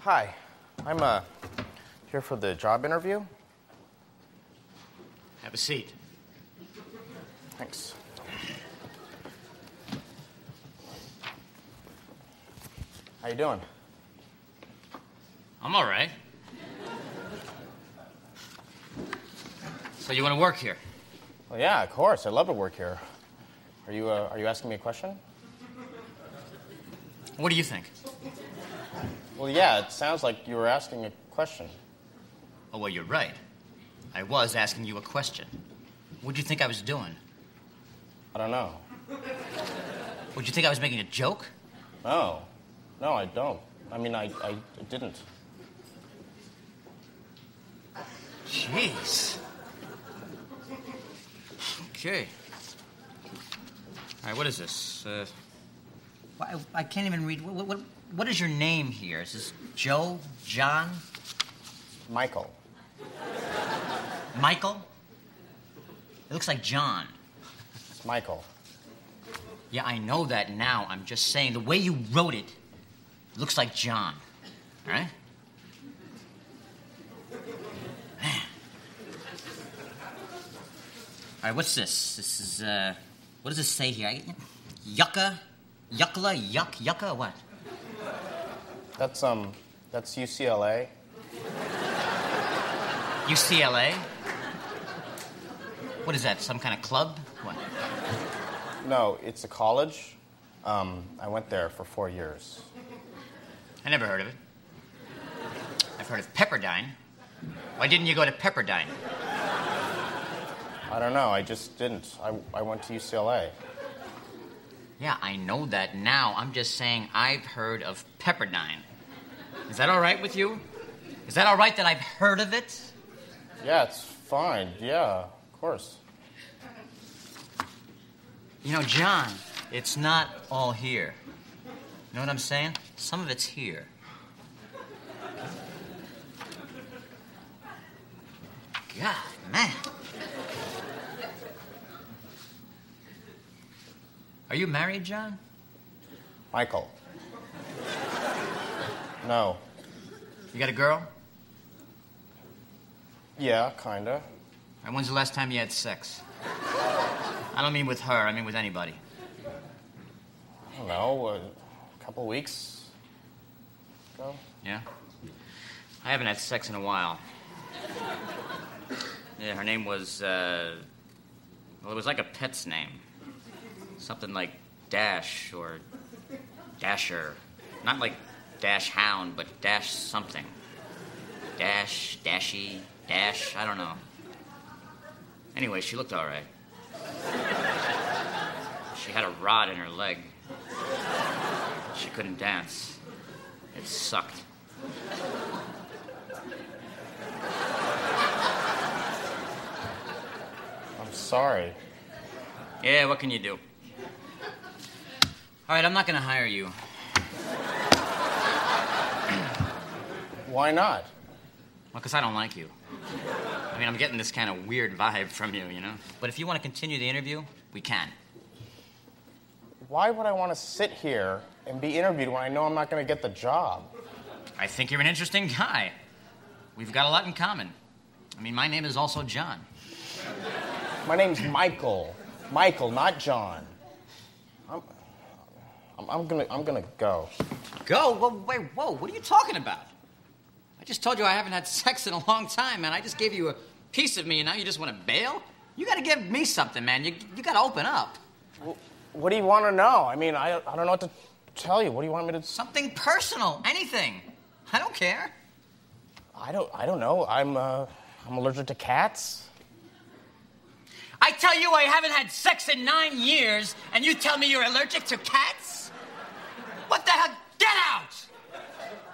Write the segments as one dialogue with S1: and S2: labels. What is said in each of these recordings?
S1: Hi, I'm uh, here for the job interview.
S2: Have a seat.
S1: Thanks. How you doing?
S2: I'm all right. So you want to work here?
S1: Well, yeah, of course. I'd love to work here. Are you uh, Are you asking me a question?
S2: What do you think?
S1: Well, yeah. It sounds like you were asking a question.
S2: Oh, well, you're right. I was asking you a question. What do you think I was doing?
S1: I don't know.
S2: Would you think I was making a joke?
S1: No, no, I don't. I mean, I I didn't.
S2: Jeez. Okay. All right, what is this? Uh, why- I, can't even read. What, what, what is your name here? Is this Joe, John,
S1: Michael.
S2: Michael? It looks like John.
S1: It's Michael.
S2: Yeah, I know that now. I'm just saying the way you wrote it looks like John. All right? Man. All right, what's this? This is, uh, what does this say here? I, yucca? Yuckla? Yuck? Yucca? What?
S1: That's um. That's UCLA.
S2: UCLA? What is that? Some kind of club? What?
S1: No, it's a college. Um, I went there for four years.
S2: I never heard of it. I've heard of Pepperdine. Why didn't you go to Pepperdine?
S1: I don't know. I just didn't. I, I went to UCLA.
S2: Yeah, I know that now. I'm just saying I've heard of Pepperdine. Is that all right with you? Is that all right that I've heard of it?
S1: Yeah, it's fine. Yeah, of course.
S2: You know, John, it's not all here. You know what I'm saying? Some of it's here. God, man. Are you married, John?
S1: Michael. No.
S2: You got a girl?
S1: Yeah, kinda.
S2: And when's the last time you had sex? I don't mean with her, I mean with anybody.
S1: I don't know. Uh, A couple weeks ago.
S2: Yeah? I haven't had sex in a while. Yeah, her name was, uh, well, it was like a pet's name. Something like Dash or Dasher. Not like Dash Hound, but Dash something. Dash, Dashy, Dash, I don't know. Anyway, she looked all right. she had a rod in her leg. She couldn't dance. It sucked.
S1: I'm sorry.
S2: Yeah, what can you do? All right, I'm not gonna hire you.
S1: Why not?
S2: Well, 'cause I don't like you. I mean, I'm getting this kind of weird vibe from you, you know? But if you want to continue the interview, we can.
S1: Why would I want to sit here and be interviewed when I know I'm not going to get the job?
S2: I think you're an interesting guy. We've got a lot in common. I mean, my name is also John.
S1: My name's Michael. Michael, not John. I'm, I'm, I'm gonna, I'm gonna go.
S2: Go? Whoa, wait, whoa, what are you talking about? I just told you I haven't had sex in a long time, man. I just gave you a piece of me, and now you just want to bail? You gotta give me something, man. You, you gotta open up.
S1: What do you want to know? I mean, I, I don't know what to tell you. What do you want me to? s-
S2: Something personal, anything. I don't care.
S1: I don't, I don't know. I'm, uh, I'm allergic to cats.
S2: I tell you I haven't had sex in nine years, and you tell me you're allergic to cats? What the hell? Get out!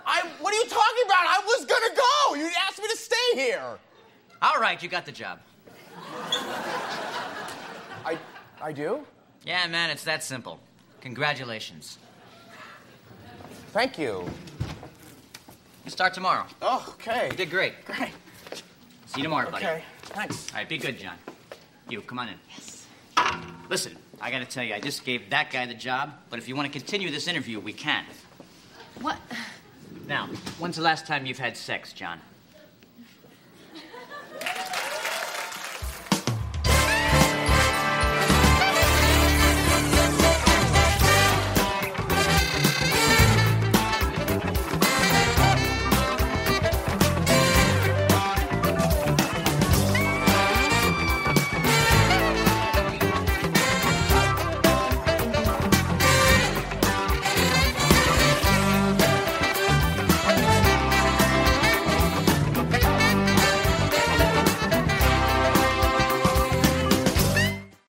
S1: I, what are you talking about? I was gonna go. You asked me to stay here.
S2: All right, you got the job.
S1: I, I do.
S2: Yeah, man, it's that simple. Congratulations.
S1: Thank you.
S2: You start tomorrow.
S1: Oh, okay.
S2: You did great.
S1: Great.
S2: See you tomorrow, buddy.
S1: Okay. Thanks.
S2: All right, be good, John. You, come on in. Yes. Listen, I gotta tell you, I just gave that guy the job, but if you wanna continue this interview, we can.
S3: What?
S2: Now, when's the last time you've had sex, John?